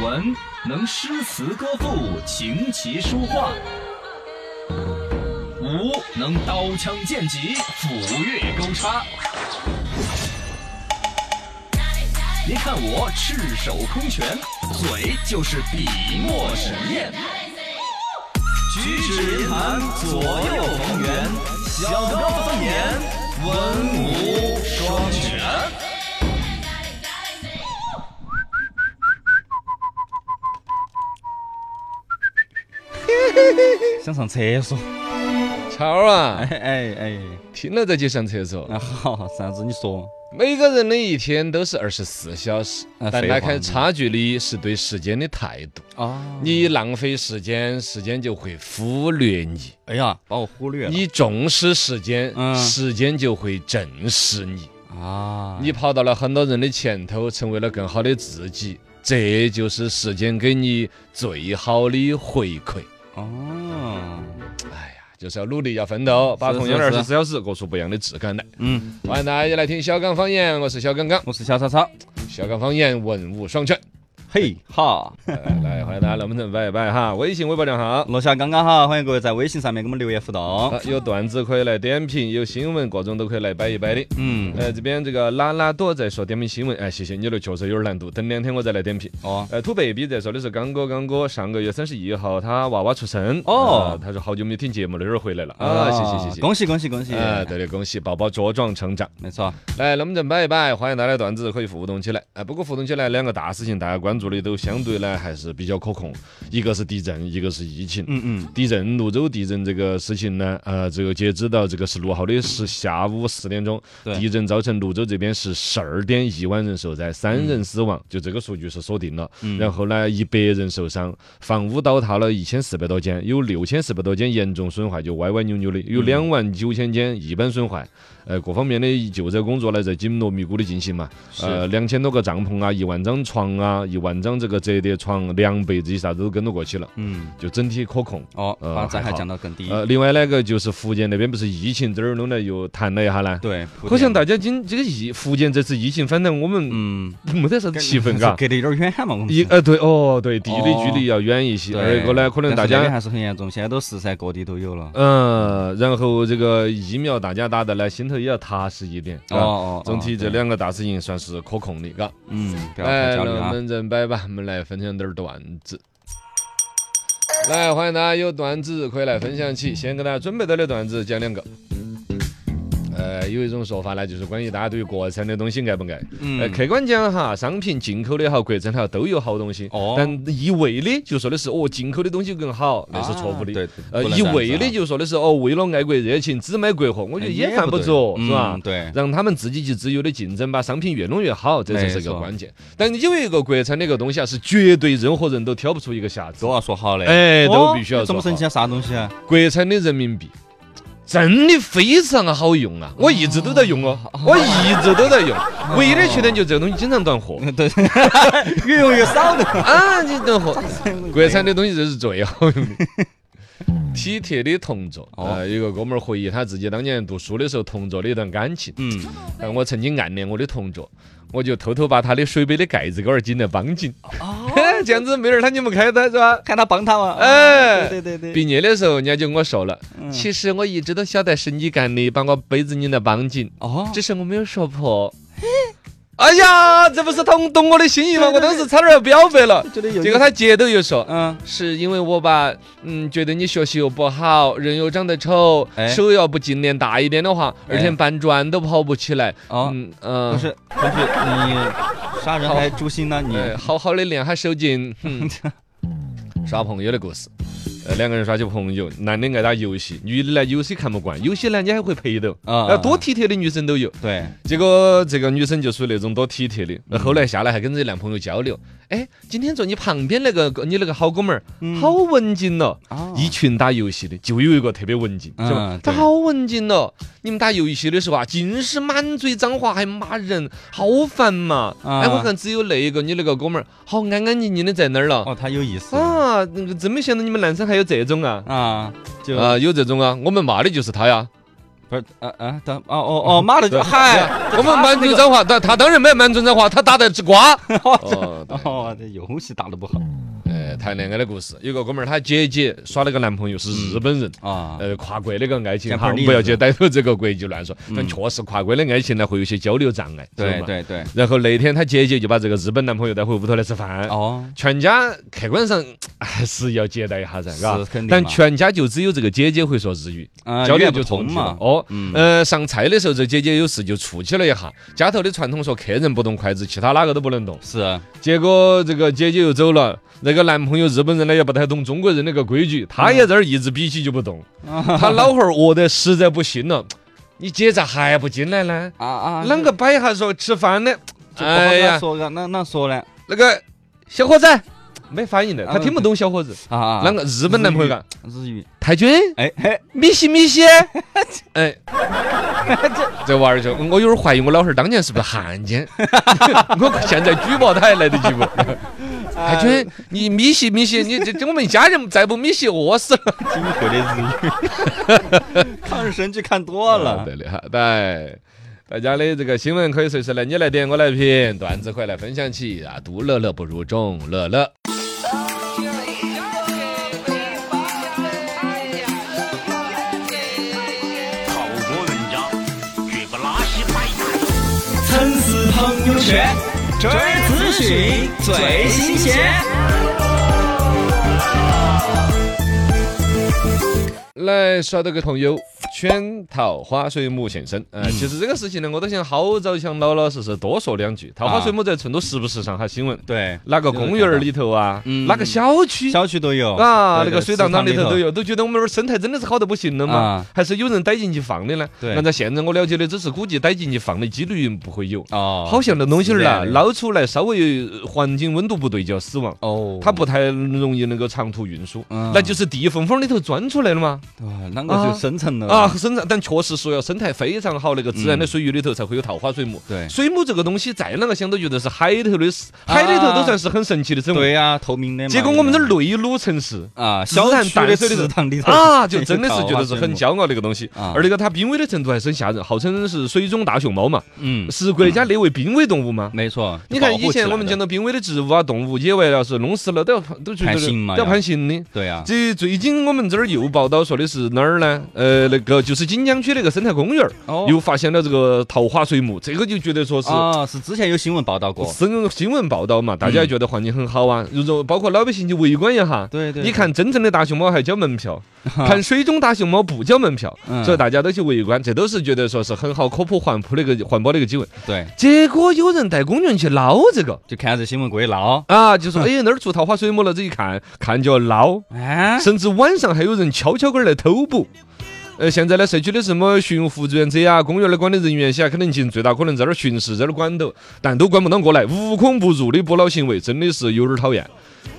文，能诗词歌赋、琴棋书画；武能刀枪剑戟、斧钺钩叉。您看我赤手空拳，嘴就是笔墨纸砚，举止言谈左右逢源，小高方言，文武双全。想上厕所， 超儿啊，哎哎哎，听了再去上厕所。那好，啥子你说？每个人的一天都是二十四小时，啊但废拉话开嘛差距的是对时间的态度。啊，你浪费时间，时间就会忽略你；哎呀，把我忽略了你重视时间，嗯时间就会正视你。啊！你跑到了很多人的前头，成为了更好的自己，这就是时间给你最好的回馈。哦，哎呀，就是要努力，要奋斗，把是同样的二是十四小时过出不一样的质感来。嗯，欢迎大家来听小刚方言，我是小刚刚，我是小草草，小刚方言文武双全。嘿哈，来来，欢迎大家来我们这拜一拜哈，微信、微博账号。落下刚刚好，欢迎各位在微信上面给我们留言互动。啊有段子可以来点评，有新闻各种都可以来摆一摆的。嗯，呃，这边这个拉拉多在说点评新闻，哎，谢谢你的确实有点难度，等两天我再来点评。哦，呃，土贝比在说的是刚哥，刚哥上个月三十一号他娃娃出生哦啊他说好久没有听节目了，有点回来了啊，谢谢谢谢。恭喜恭喜恭喜！啊，对的，恭喜宝宝茁壮成长。没错，来，能不能摆一摆？欢迎大家的段子可以互动起来。哎，不过互动起来两个大事情，大家关注的都相对呢还是比较可控，一个是地震，一个是疫情。嗯嗯，地震，泸州地震这个事情呢，呃，这个截止到这个十六号的十下午四点钟，对地震造成泸州这边是十二点一万人受灾，三人死亡，就这个数据是锁定了。嗯然后呢，一百人受伤，房屋倒塌了一千四百多间，有六千四百多间严重损坏，就歪歪扭扭的，有两万九千间一般损坏。呃，各方面的救灾工作呢，在紧锣密鼓的进行嘛。呃，两千多个帐篷啊，一万张床啊，一万张这个折叠床、凉被这些啥子都跟着过去了，嗯，就整体可控。哦，呃把灾还害好降到更低。呃，另外那个就是福建那边不是疫情这儿弄来又谈了一下呢。对，好像大，大家今这个疫福建这次疫情，反正我们嗯， 没得啥子气氛，嘎。隔得有点远嘛，我们一是呃对哦对，地理哦距离要远一些，对二一个呢，可能大但是那边家还是很严重，现在都四散各地都有了。嗯，然后这个疫苗大家打的呢，心头也要踏实一点。哦啊哦，总体哎哦这，两个大事情算是可控的，嘎。对嗯，不要来，太焦龙虑啊。门阵摆吧，我们来分享点儿段子。来，欢迎大家有段子可以来分享起。先给大家准备到的段子讲两个。呃，有一种说法呢，就是关于大家对于国产的东西爱不爱。呃，嗯，客观讲哈，商品进口的也好，国产的也好，都有好东西。哦但一味的就说的是哦，进口的东西更好，那是错误的。啊对，呃，一味啊的就说的是哦，为了爱国热情，只卖国货，我我觉得也犯不着，是吧？嗯对，让他们自己去自由的竞争，把商品越弄越好，这才是没个错关键。但有一个国产的一个东西啊，是绝对任何人都挑不出一个瑕疵都。要说好的。哎，都哦必须要这做么好神。奇啊？啥东西 啊？国产的人民币真的非常好用啊！嗯我一直都在用哦，我一直都在用。唯一的缺点就这个东西经常断货对，越用越少的。啊，你断货。国产的东西这是最好 用的。体贴的同桌，哦呃，有个哥们儿回忆他自己当年读书的时候同桌的一段感情。 嗯，呃，我曾经暗恋我的同桌，我就偷偷把他的水杯的盖子给我儿紧来绑紧， 这样子妹儿她拧不开的是吧？哦看他帮他嘛。啊哎对对对对，毕业的时候，人家就跟我说了，嗯其实我一直都晓得是你干的，把我杯子拧来绑紧，哦，只是我没有 说破。哎呀，这不是懂懂我的心 意吗？我当时差点要飙白了。觉得有结果他姐都又说，嗯，是因为我吧，嗯，觉得你学习又不好，人又长得丑，哎手要不劲练大一点的话，二哎天搬砖都跑不起来。哦，嗯嗯，不是不是，你杀人还诛心呢？你 啊哎，好好的练下嗯手劲，哼耍朋友的故事。呃，两个人耍起朋友，男的爱打游戏，女的呢有些看不惯，有些男家还会陪斗，啊呃，多体贴的女生都有。对，结果这个女生就属于那种多体贴的，那后来下来还跟这男朋友交流，哎，今天坐你旁边那个你那个好哥们儿，好文静哦。哦一群打游戏的，就有一个特别文静，是吧嗯？他对好文静哦。你们打游戏的时候啊，尽是满嘴脏话，还骂人，好烦嘛！啊哎，我看只有那一个你那个哥们儿，好安安静静的在那儿了。哦，他有意思啊，那个真没想到你们男生还有这种啊！啊，就呃啊，有这种啊，我们骂的就是他呀。不是啊啊，等哦哦哦，妈的，对嗨，我们满嘴脏话，但他当然没满嘴脏话，他打的 是瓜。哦，对哦，这游戏打得不好哎，谈恋爱的故事，有个哥们儿，他姐姐耍了个男朋友是日本人。啊。呃，跨国那个爱情先哈，不理不要解去逮头这个国际乱说，但确实跨国的爱情呢会有些交流障碍，知嗯道对吗。对对，然后那天他姐姐就把这个日本男朋友带回屋头来吃饭，哦，全家客观上还是要接待一下噻，是嘎肯定。但嘛全家就只有这个姐姐会说日语，啊交流语言就不同重叠嘛了哦，嗯呃，上菜的时候，这姐姐有事就出去了一下。家头的传统说客人不动筷子，其他哪个都不能动。是啊结果这个姐姐又走了，那个男朋友日本人呢也不太懂中国人那个规矩，嗯他也在那儿一直比起就不动。他老汉儿饿得实在不行了，你姐咋还不进来呢？啊啊，啷个摆一下说吃饭呢？就不好哎呀，说个那那说呢那个小伙子没反应的，他听不懂小伙子。啊嗯啊，啷个日本男朋友讲？日语？太君，哎嘿，米西米西， 哎，这娃儿就，嗯我有点怀疑我老汉儿当年是不是汉奸， 我现在举报他还来得及 不？太君，哎你米西米西，你这这我们一家人再不米西饿死了。金回的日语， 抗日神剧看多了。啊对的哈，对。大家的这个新闻可以随时来，你来点，我来评，段子回来分享起啊！独乐乐不如众乐乐。考国文章，绝不拉稀白谈。参思朋友学，追资讯最新鲜。来刷到个朋友圈桃花水母现身，呃，嗯其实这个事情呢，我都想好早想老老实实多说两句。桃花水母在成都时不时上下新闻，对，哪个公园儿里头啊，嗯哪个小区小区都有啊，对那个对水荡荡里池头塘都有，都觉得我们这儿生态真的是好的不行了嘛啊？还是有人逮进去放的呢？对按照现在我了解的，只是估计逮进去放的几率不会有。哦，好像那东西儿自然啊，的捞出来稍微呃环境温度不对就要死亡，哦，它不太容易能够长途运输，嗯那就是地缝缝里头钻出来了嘛。哇，啷个就深层了啊，？生态，但确实说要生态非常好，那个自然的水域里头才会有桃花水母。嗯对啊水母这个东西再啷个想都觉得是海头的，海里头都算是很神奇的生物。对呀，透明的嘛。结果我们这这儿内陆城市。啊，自小然区淡的水里池头塘里头啊，就真的是觉得是很小，骄傲那个东西，啊而那个它濒危的程度还是很吓人，号称是水中大熊猫嘛，嗯，是国家列为濒危动物吗？没错。你保看护以前起来我们的讲到濒危的植物啊、动物，野外要是弄死了都要判都觉得判刑嘛都要要啊判刑的。对呀，这最近我们这儿又报道说的是哪儿呢？呃，那个就是锦江区那个生态公园儿哦又发现了这个桃花水母，这个就觉得说是。啊，嗯是之前有新闻报道过，新新闻报道嘛，大家觉得环境很好啊，如果包括老百姓去围观一下。对对你看真正的大熊猫还交 门票，看水中大熊猫不交门票，嗯所以大家都去围观，这都是觉得说是很好科普环保的一个环保的一个机会。对，结果有人带公园去捞这个就看这新闻过去闹，啊，就说哎那儿出桃花水母了，这一看看就要捞， 啊，甚至晚上还有人悄悄过来偷捕。呃，现在呢，社区的什么巡护志愿者啊、公园的管理人员些啊，可能尽最大可能在那儿巡视，在那儿管到，但都管不到过来，无孔不入的捕捞行为，真的是有点儿讨厌。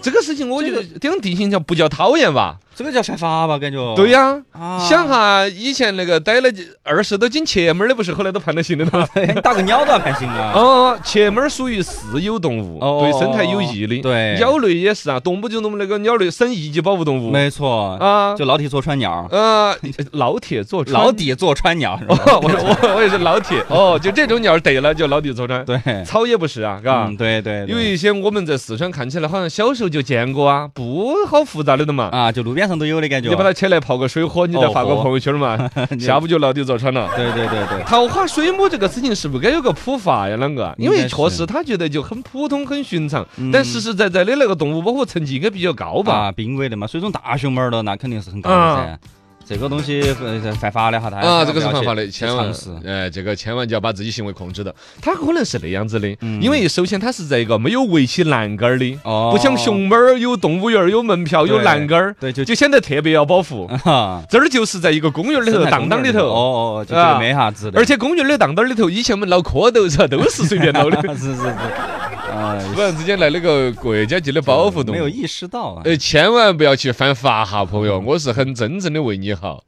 这个事情，我觉得这种定性叫不叫讨厌吧？这个叫犯法吧？感觉对呀、啊， 想哈，以前那个逮了几二十多斤茄猫儿的，不是后来都判了刑的 吗？你打个鸟都要判刑 啊！哦，茄猫儿属于私有动物，哦对生态有益的。对鸟类也是啊，动不就我们那个鸟类省一级保护动物没错，啊。就老铁坐穿鸟，呃，老铁坐船 老底坐穿鸟是哦吧？， 我我我也是老铁哦，就这种鸟逮了就老底坐 穿，对，草也不是啊，嘎嗯，。对对，对有一些我们在四川看起来好像小时候就见过啊，不好复杂的的嘛。啊，就路边上都有的感觉。你把它切来泡个水喝，你再发个哦喝朋友圈 嘛， 下午就老底坐穿了。对对对 对，桃花水母这个事情是不是该有个普法呀？啷个？因应为该是确实他觉得就很普通、很寻常，嗯但实实在在的那个动物保护成绩应该比较高吧？啊啊，濒危的嘛，水中大熊猫儿的那肯定是很高的噻。这个东西呃犯法的哈，它啊，这个是犯法的，千万尝试，哎，这个千万就要把自己行为控制的。他可能是那样子的，嗯因为首先他是在一个没有围起栏杆儿的，哦，不像熊猫儿有动物园儿有门票有对栏杆儿，对就 就显得特别要保护。啊，这儿就是在一个公园儿里头，生态荡荡公园里头，哦哦，就这啊个没啥子的，。而且公园儿的荡荡里头，以前我们捞蝌蚪噻，都是随便捞的是是是，啊， 突然之间来了个国家级的保护 动没有物。意识到啊，呃，千万不要去犯法哈，朋友，我是很真正的为你好。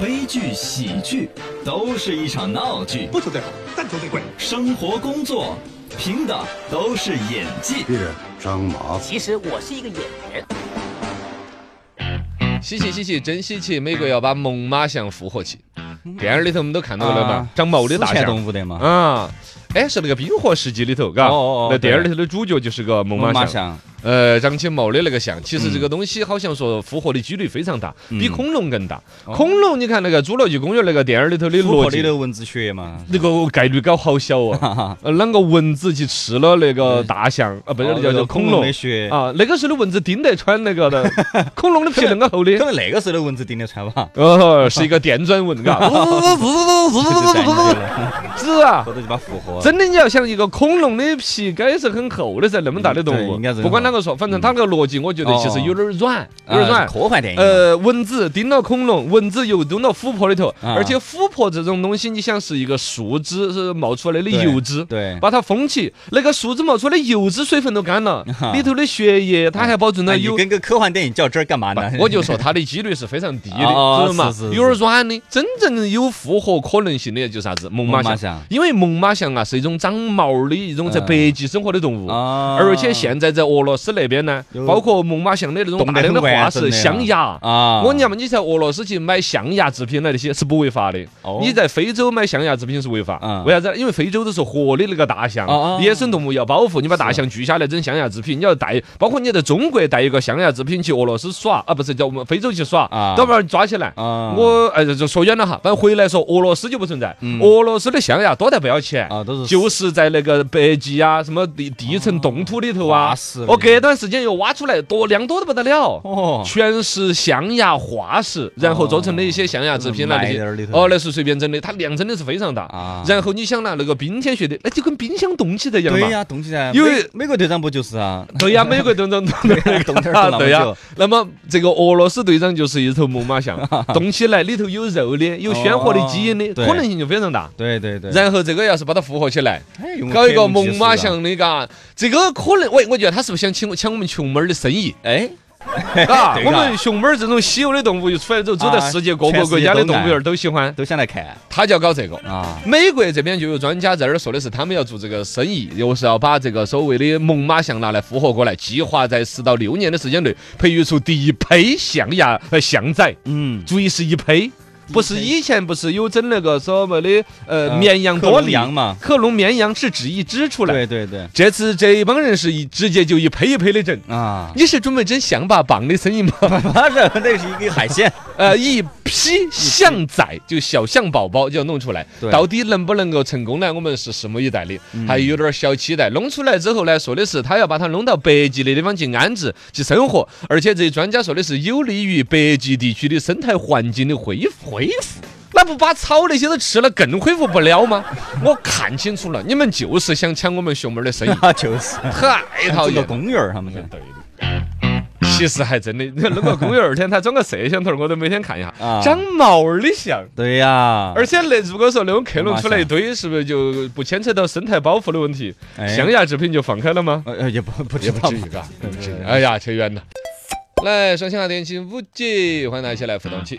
悲剧、喜剧，都是一场闹剧。不求最好，但求最贵。生活、工作，凭的都是演技。鄙人张麻子，其实我是一个演员。稀奇稀奇，真稀奇！美国要把猛犸象复活起。电影里头我们都看到了嘛嗯啊，长毛的史大前象动物的嘛，啊，哎，是那个《冰河世纪》里头，嘎哦哦哦，那电影对里头的主角就是个猛猛犸犸象，象，呃，长起毛的那个象。其实嗯这个东西好像说复活的几率非常大，比嗯恐龙更大。哦恐龙，你看那个《侏罗纪公园》那个电影里头的突逻破你辑。的文字学嘛，那个概率高好 小哦，呃，啷个蚊子去吃了那个大象啊？不是，哦那叫那做个恐龙龙的血，啊？那个时候的蚊子叮得穿那 个的，恐龙的皮恁个可厚的，能那个时候的蚊子叮得穿 吧，哦，是一个电钻蚊，嘎，是 啊，后头就把复活。真的，你要想一个恐龙的皮，该是很厚的噻，那么大的动嗯对物应该是，很不管哪个说，反正它那个逻辑，我觉得其实有点软，有点软。啊科幻电影，呃，蚊子叮到恐龙，蚊子又叮到琥珀里头，啊而且琥珀这种东西，你想是一个树脂是冒出来的对油脂，对，啊把它封起，那个树脂冒出来的油脂水分都干了，里头的血液它还保存了那你有。跟个科幻电影较真儿干嘛呢？我就说它的几率是非常低的，知哦道嘛是是？是有点软的，真正有复活可能性的就是啥子猛犸猛犸象。象因为猛犸象啊是一种长毛的一种在嗯北极生活的动物。啊，而且现在在俄罗斯那边呢有，包括猛犸象的那种懂大得量的很完化整石、的呀象牙。啊，我要么你在俄罗斯去买象牙制品那那些是不违法的哦，你在非洲买象牙制品是违法。嗯为啥子？因为非洲都是活的那个大象哦哦，野生动物要保护，你啊把大象锯下来整象牙制品，你要带，包括你在中国带一个象牙制品去俄罗斯耍啊，不是叫我们非洲去耍啊，都把人抓起来。 啊，我哎就说远了哈，反正回来说俄罗斯就不存在，嗯俄罗斯的象牙多得不要钱。啊都是就是在那个北极啊，什么地地层冻土里头啊化石，我隔段时间又挖出来，多量多的不得了， 哦全是象牙化石，然后做成的一些象牙制品啦哦那些埋在那儿里，头哦，那是随便整的，它量真的是非常大。啊，然后你想啦，那个冰天雪地，那就跟冰箱冻起来一样对嘛。呀，动起来，因为美美国队长不就是 啊？对呀，美国队 长动点儿动啊那对呀么久，，那么这个俄罗斯队长就是一头猛 犸象，冻起来里头有肉的，有鲜活的基因的，哦对可能性就非常大。对对对，然后这个要是把它复活起来，哎用搞一天个龙猛技术犸啊，象的，嘎，这个可能，喂，我觉得他是不是想抢抢我们熊猫儿的生意？哎， 嘎，对我嘎们熊猫儿这种稀有的动物又出来之后，走在啊世界各全个世国界家的都动物爱园儿都喜欢，都想来看他就要搞这个。啊，美国这边就有专家在那儿说的是，他们要做这个生意，又是要把这个所谓的猛犸象拿来复活过来，计划在十到六年的时间内培育出第一批象牙呃象仔。嗯，注意是一批，不是以前不是有整那个什么的呃呃绵羊克多隆利羊嘛克隆绵羊是指一只出来。对对对这次这一帮人是一直接就一批一批的整。啊，你是准备整象拔蚌的生意吗？他这那是一个海鲜，呃，一批象仔就小象宝宝就要弄出来，对到底能不能够成功呢？我们是拭目以待的，还有点小期待。弄出来之后呢，说的是他要把它弄到北极的地方去安置、去生活，而且这专家说的是有利于北极地区的生态环境的恢复。恢复。那不把草那些都吃了，更恢复不了 吗？我看清楚了，你们就是想抢我们熊猫儿的 生意 ，啊 就是。太讨这厌个了。公园儿，他们是对的。 其实还真的，你看那个公园儿，天他装个摄像头儿，我都每天看一下啊，长毛儿的像。对呀，而且那如果说那种克隆出来一堆，是不是就不牵扯到生态保护的问题？哎象牙制品就放开了吗？呃呃也不不 也知不道至于嘎，也不至于。哎呀，扯远了。来，双星号电信五 G，欢迎大家一起来互动起。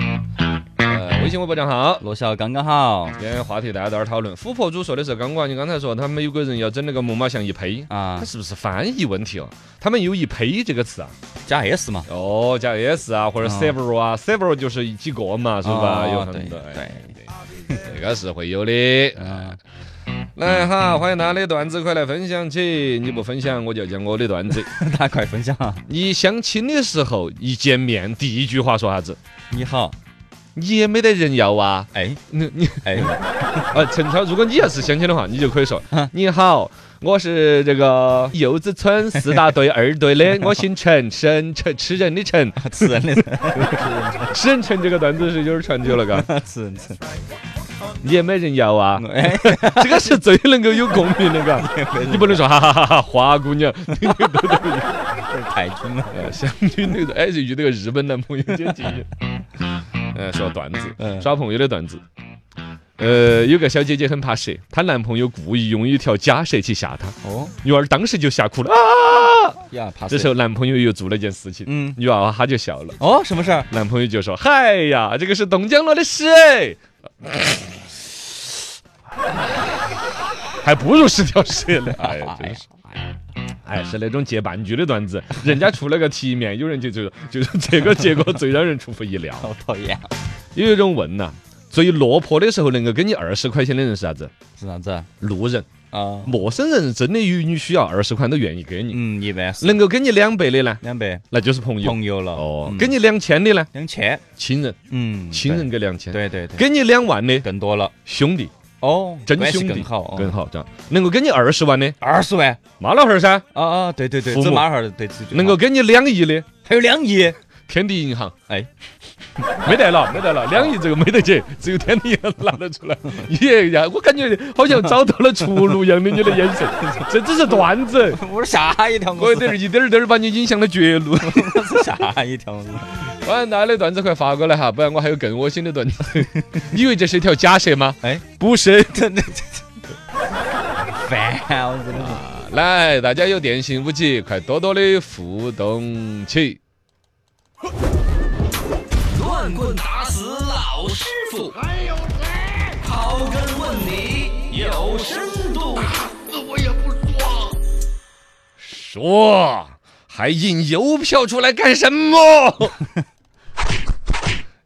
呃，微信微博账号。罗小刚刚好今天话题大家在这儿讨论。琥珀主说的是，刚刚你刚才说他们有个人要整那个猛犸象一胚，啊他，是不是翻译问题哦？他们有一胚这个词啊？加 S 嘛，哦，加 s 啊，或者哦 several 啊，several 就是几个嘛，是吧？哦有很多，对哎这个是会有的。嗯，来哈，欢迎大家的段子快来分享起，你不分享我就讲我的 段子。 大家快分享啊！你相亲的时候一见面，第一句话说啥子？你好，你也没得人要啊！哎你你 哎，啊，陈超，如果你要是相亲的话，你就可以说：嗯你好，我是这个柚子村四大队二 队的，我姓陈，神陈吃人的陈，吃人的吃人陈这个段子是有点长久了，嘎，吃人吃人，你也没人要啊！ 哎，这个是最能够有共鸣的，嘎。 你不能说哈哈哈哈花姑娘， 太精了，呃，相亲那个 哎，就与那个日本男朋友接近。 嗯，说段子，嗯耍朋友的段子。呃，有个小姐姐很怕蛇，她男朋友故意用一条假蛇去吓她， 哦女儿当时就吓哭了啊！呀，怕这时死候男朋友又做了一件事情，嗯女娃娃她就笑了，哦，什么事儿？男朋友就说：“嗨呀，这个是东江路的蛇 哎，还不如是条蛇呢。”哎呀，真是。 嗯哎，是那种接半句的段子， 人家出了个题面， 有人就就就是这个结果最让人出乎意料。好讨厌啊有一种问呐、最落魄的时候能够给你二十块钱的人是啥子？是啥子啊？路人，啊，陌生人真的有你需要二十块都愿意给你，嗯，一般是能够给你两百的呢，两百那就是朋友。朋友了，哦，嗯给你两千的呢，两千，亲人，嗯，亲人给两千。，对，对对对，给你两万的更多了，兄弟，哦，真关系兄弟更好，更好，这样能够给你二十万的，二十万，妈老汉儿噻，啊啊，对对对，父母走马哈儿对自己能够给你两亿的，还有两亿，天地银行。哎， 没得了，没得了，两亿这个没得解，只有天地银行拿得出来。 耶呀，我感觉好像找到了出路一样的，你的眼神， 这只是段子。我是吓一跳， 我我有点儿一点儿点儿把你引向了绝 路。我是吓一跳，把大家的段子快发过来哈，不然我还有更恶心的段子。 你以为这是一条假设吗？哎，不 是。真的哎烦，啊我真的是。来，大家有电信五 G，快多多的互动起。乱棍打死老师傅，哎还有谁？刨根问底有深度。说，还印邮票出来干什么？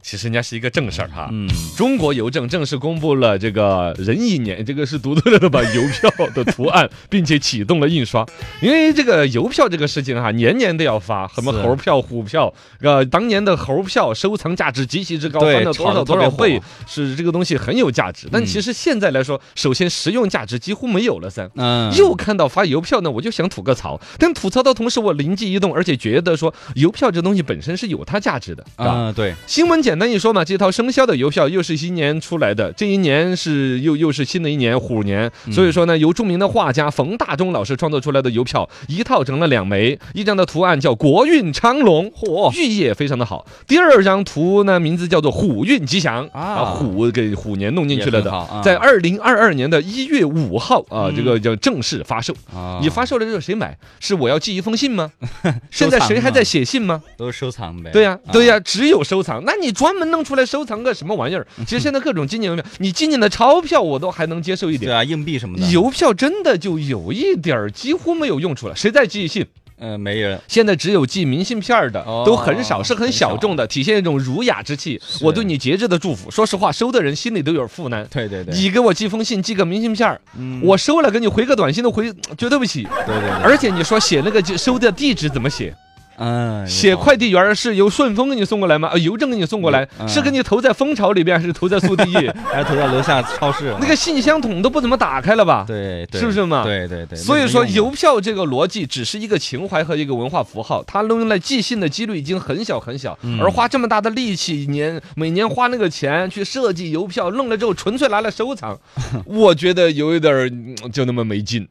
其实人家是一个正事儿哈。嗯，中国邮政正式公布了这个壬寅年，这个是读对了吧？邮票的图案， 并且启动了印刷。因为这个邮票这个事情哈、年年都要发，什么是猴票、虎票，呃，当年的猴票收藏价值极其之高，对翻了多炒得少特多别少倍火，是这个东西很有价值。但嗯其实现在来说，首先实用价值几乎没有了噻。嗯，又看到发邮票呢，我就想吐个槽。但吐槽的同时，我灵机一动，而且觉得说邮票这东西本身是有它价值的啊。嗯，对，新闻简单一说嘛，这套生肖的邮票又是新年出来的，这一年是又又是新的一年虎年，嗯所以说呢，由著名的画家冯大中老师创作出来的邮票，一套整了两枚，一张的图案叫国运昌隆，嚯、寓意也非常的好。第二张图呢，名字叫做虎运吉祥啊把虎给虎年弄进去了也很的。好啊在二零二二年的一月五号啊，嗯这个叫正式发售。啊你发售了之后谁买？是我要寄一封 信吗？收现在藏谁还嘛在写信吗？都是收藏呗。对呀、啊对呀、只有收藏。那你专门弄出来收藏个什么 玩意儿？其实现在各种纪念邮票， 你纪念的钞票我都还能接受一对点，啊，硬币什么的。，邮票真的就有一点儿几乎没有用处了。谁在寄信？嗯，没人。现在只有寄明信片儿的哦都很少，是很很少小众的，体现一种儒雅之气。我对你节制的祝福，说实话，收的人心里都有点负担。对对对，你给我寄封信，寄个明信片儿，嗯我收了给你回个短信都回，觉得对不起。对对对，而且你说写那个寄收的地址怎么写？嗯，写有道快递员儿是由顺丰给你送过来吗？呃，邮政给你送过来，嗯是给你投在蜂巢里边，还是投在速递 业？理，还是投到楼下超市。那个信箱桶都不怎么打开了吧？对，对是不是嘛对对对。所以没什说么用邮票这个逻辑只是一个情怀和一个文化符号，它用来寄信的几率已经很小很小，嗯而花这么大的力气，年每年花那个钱去设计邮票，弄了之后纯粹拿来 收藏，我觉得有一点儿嗯就那么没劲。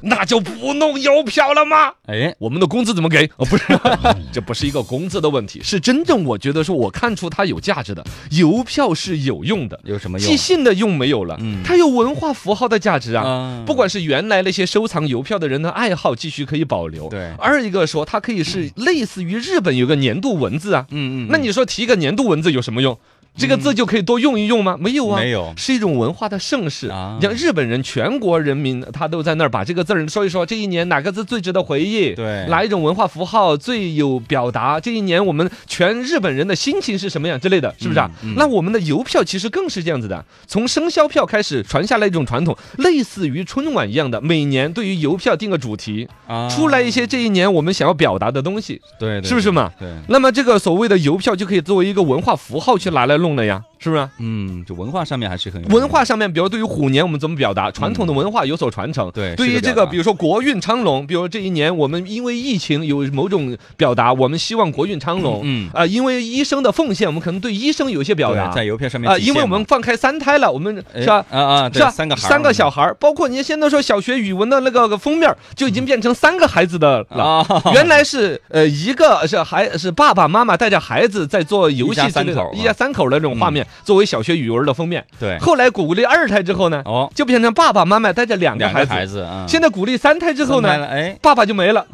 那就不弄邮票了吗？哎，我们的工资怎么给？哦，不是， 这不是一个工资的问题，是真正我觉得说，我看出它有价值的，邮票是有用的，有什么用寄？信的用没有了，嗯它有文化符号的价值啊。嗯不管是原来那些收藏邮票的人的爱好，继续可以保留。对二一个说它可以是类似于日本有个年度文字啊，嗯嗯，那你说提个年度文字有什么用？这个字就可以多用一用吗？没有啊，没有是一种文化的盛世啊你像日本人，全国人民他都在那儿把这个字儿说一说，这一年哪个字最值得回忆？对哪一种文化符号最有表达？这一年我们全日本人的心情是什么样之类的，是不是啊？嗯嗯那我们的邮票其实更是这样子的，从生肖票开始传下来一种传统，类似于春晚一样的，每年对于邮票定个主题，啊出来一些这一年我们想要表达的东西。对，对是不是嘛？对，那么这个所谓的邮票就可以作为一个文化符号去拿来弄了呀，是不是啊？嗯，就文化上面还是很有文化上面，比如对于虎年我们怎么表达，传统的文化有所传承。嗯对对是于个这表个，达比如说国运昌隆，比如这一年我们因为疫情有某种表达，我们希望国运昌隆。嗯嗯啊，因为医生的奉献，我们可能对医生有一些表达对。在邮票上面啊，体因为现我们嘛放开三胎了，我们哎是吧？啊啊，是对，？吧三个孩儿三个小孩儿，包括您现在说小学语文的那个封面儿，就已经变成三个孩子的了。嗯啊， 原来是呃一个是孩是爸爸妈妈带着孩子在做游戏一家之类三口的啊，嗯一家三口的那种画面，作为小学语文的封面。对后来鼓励二胎之后呢，哦，就变成爸爸妈妈带着两个两孩个子。孩子啊，现在鼓励三胎之后分开了呢，哎，爸爸就 没了，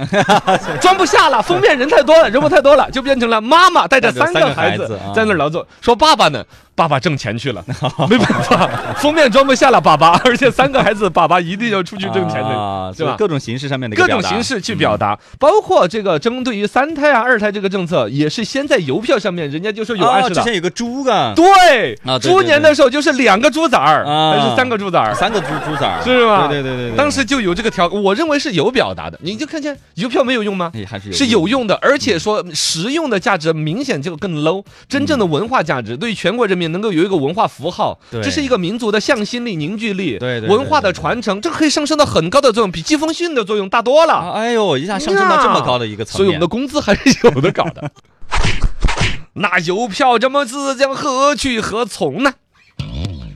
装不下了，封面人太多了，人物太多了，就变成了妈妈带着带着三三个个孩孩子子啊在那儿劳作。说爸爸呢，爸爸挣钱 去了，没办法，封面装不下了，爸爸，而且三个孩子，爸爸一定要出去挣钱啊的，对所以吧？各种形式上面的一个各种表达嗯形式去表达，包括这个针对于三胎啊、二胎这个政策，也是先在邮票上面，人家就说有暗啊，示之的。前有个猪啊，对对，啊对猪年的时候就是两个猪崽儿，啊还是三个猪崽儿，三个猪猪崽儿，是吧对对对对对，当时就有这个条，我认为是有表达的。你就看见邮票没有用吗？哎还是 有是有用的，而且说实用的价值明显就更 low。真正的文化价值，对于全国人民能够有一个文化符号，嗯对这是一个民族的向心力、凝聚力，对对对文化的传承，这可以上升到很高的作用，比疾风训的作用大多啊，了。哎呦，一下上升到这么高的一个层啊所以我面们的，工资还是有的搞的。 那邮票这么字将何去何从呢？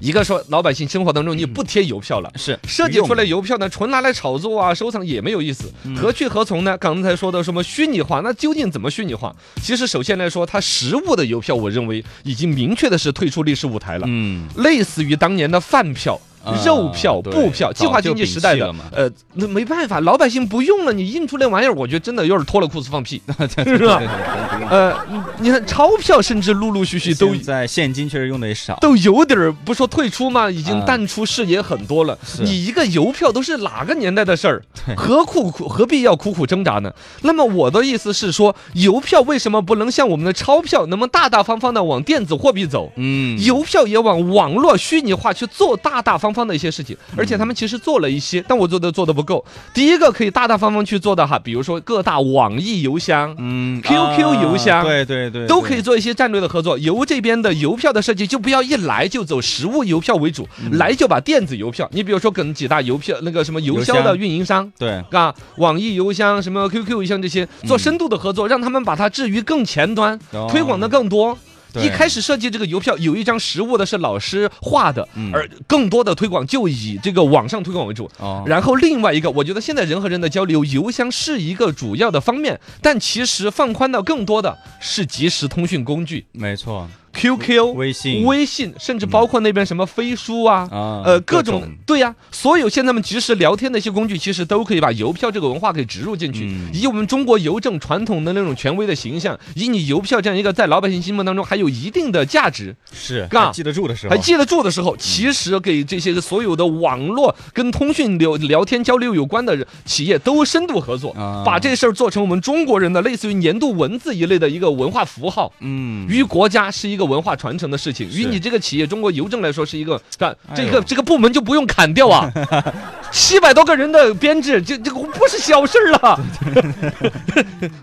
一个说老百姓生活当中你不贴邮票了。是设计出来邮票呢，纯拿来炒作啊、收藏也没有意思，何去何从呢？刚才说的什么虚拟化，那究竟怎么虚拟化？其实首先来说，它实物的邮票，我认为已经明确的是退出历史舞台了。嗯，类似于当年的饭票啊、肉票、对布票，计划经济时代早就摒弃的了嘛，呃，那没办法，老百姓不用了，你印出来玩意儿，我觉得真的有点脱了裤子 放屁，是吧？呃，你看钞票，甚至陆陆续续都都在现金确实用的也少，都有点儿不说退出嘛，已经啊淡出视野很多了。是你一个邮票都是哪个年代的事儿？何苦苦何必要苦苦挣扎呢？那么我的意思是说，邮票为什么不能像我们的钞票那么大大方方的往电子货币走？嗯，邮票也往网络虚拟化去做大大方方的一些事情，嗯而且他们其实做了一些，但我做的做的不够。第一个可以大大方方去做的哈，比如说各大网易邮箱，嗯 QQ 邮箱啊对对对，都可以对。做一些战略的合作。邮这边的邮票的设计就不要一来就走实物邮票为主，嗯来就把电子邮票。你比如说跟几大邮票那个什么邮邮箱的箱运营商。对，啊，网易邮箱、什么 QQ 邮箱这些做深度的合作，让他们把它置于更前端，嗯哦推广的更多。对一开始设计这个邮票，有一张实物的是老师画的，嗯而更多的推广就以这个网上推广为主。哦，然后另外一个，我觉得现在人和人的交流，邮箱是一个主要的方面，但其实放宽到更多的是即时通讯工具没错 QQ、微信微信，甚至包括那边什么飞书啊。啊，呃，各种对呀、所有现在我们即时聊天的一些工具，其实都可以把邮票这个文化给植入进去，嗯以我们中国邮政传统的那种权威的形象，以你邮票这样一个在老百姓心目当中还有一定的价值，是嗯嘎还记得住的时候，还记得住的时候，其实给这些所有的网络跟通讯流聊天交流有关的人企业都深度合作啊，把这事儿做成我们中国人的类似于年度文字一类的一个文化符号。嗯，于国家是一个文化传承的事情，于是你这个企业中国邮政来说是一个，但这哎个呦这个部门就不用砍掉 啊，七百多个人的编制，这这个不是小事儿 了。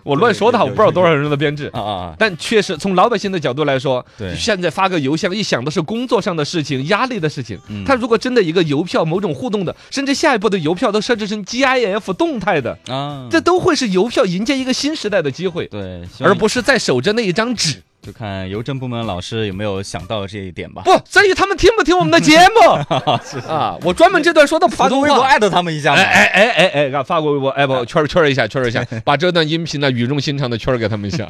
我乱说的，我不知道多少人的编制啊啊，但确实从老百姓的角度来说，对现在发个邮箱，一想都是工作上的事情、压力的事情。嗯他如果真的一个邮票某种互动的，甚至下一步的邮票都设置成 GIF 动态的，啊啊，这都会是邮票迎接一个新时代的机会，对，希望而不是在守着那一张纸。就看邮政部门老师有没有想到这一点吧。不在于他们听不听我们的节 目啊！我专门这段说的普发个通微博话。艾特他们一下嘛哎，哎哎 哎哎！啊发过微博，哎不，圈儿圈儿一下，圈儿一下，把这段音频呢语重心长的圈儿给他们一下。